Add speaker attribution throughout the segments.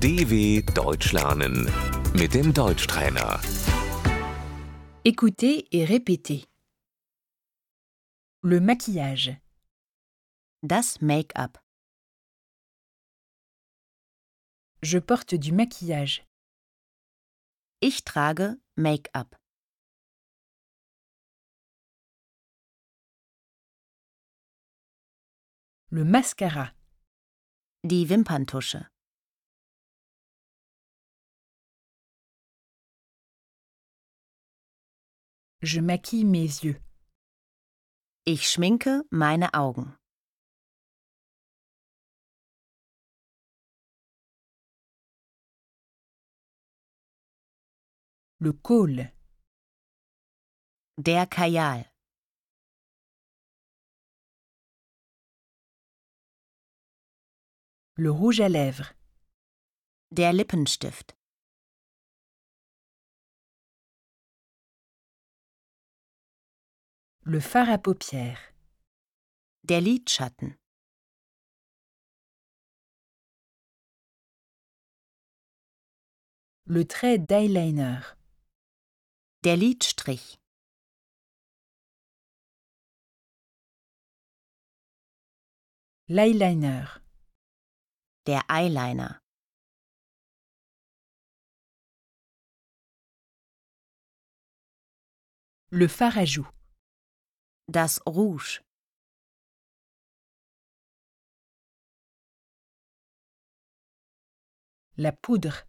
Speaker 1: DW Deutsch lernen mit dem Deutschtrainer.
Speaker 2: Écoutez et répétez. Le maquillage. Das Make-up. Je porte du maquillage. Ich trage Make-up. Le mascara. Die Wimperntusche. Je maquille mes yeux. Ich schminke meine Augen. Le col. Der Kajal. Le rouge à lèvres. Der Lippenstift. Le fard à paupières. Der Lidschatten. Le trait d'eyeliner. Der Lidstrich. L'eyeliner. Der Eyeliner. Le fard à joues. Das Rouge. La poudre.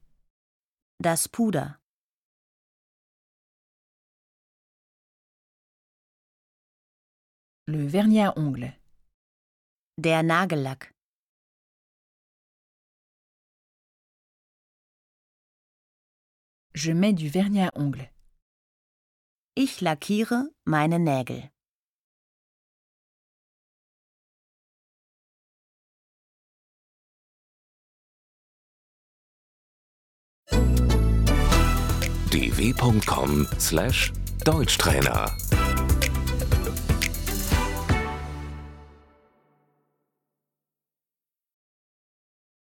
Speaker 2: Das Puder. Le vernis à ongles. Der Nagellack. Je mets du vernis à ongles. Ich lackiere meine Nägel.
Speaker 1: dw.com/deutschtrainer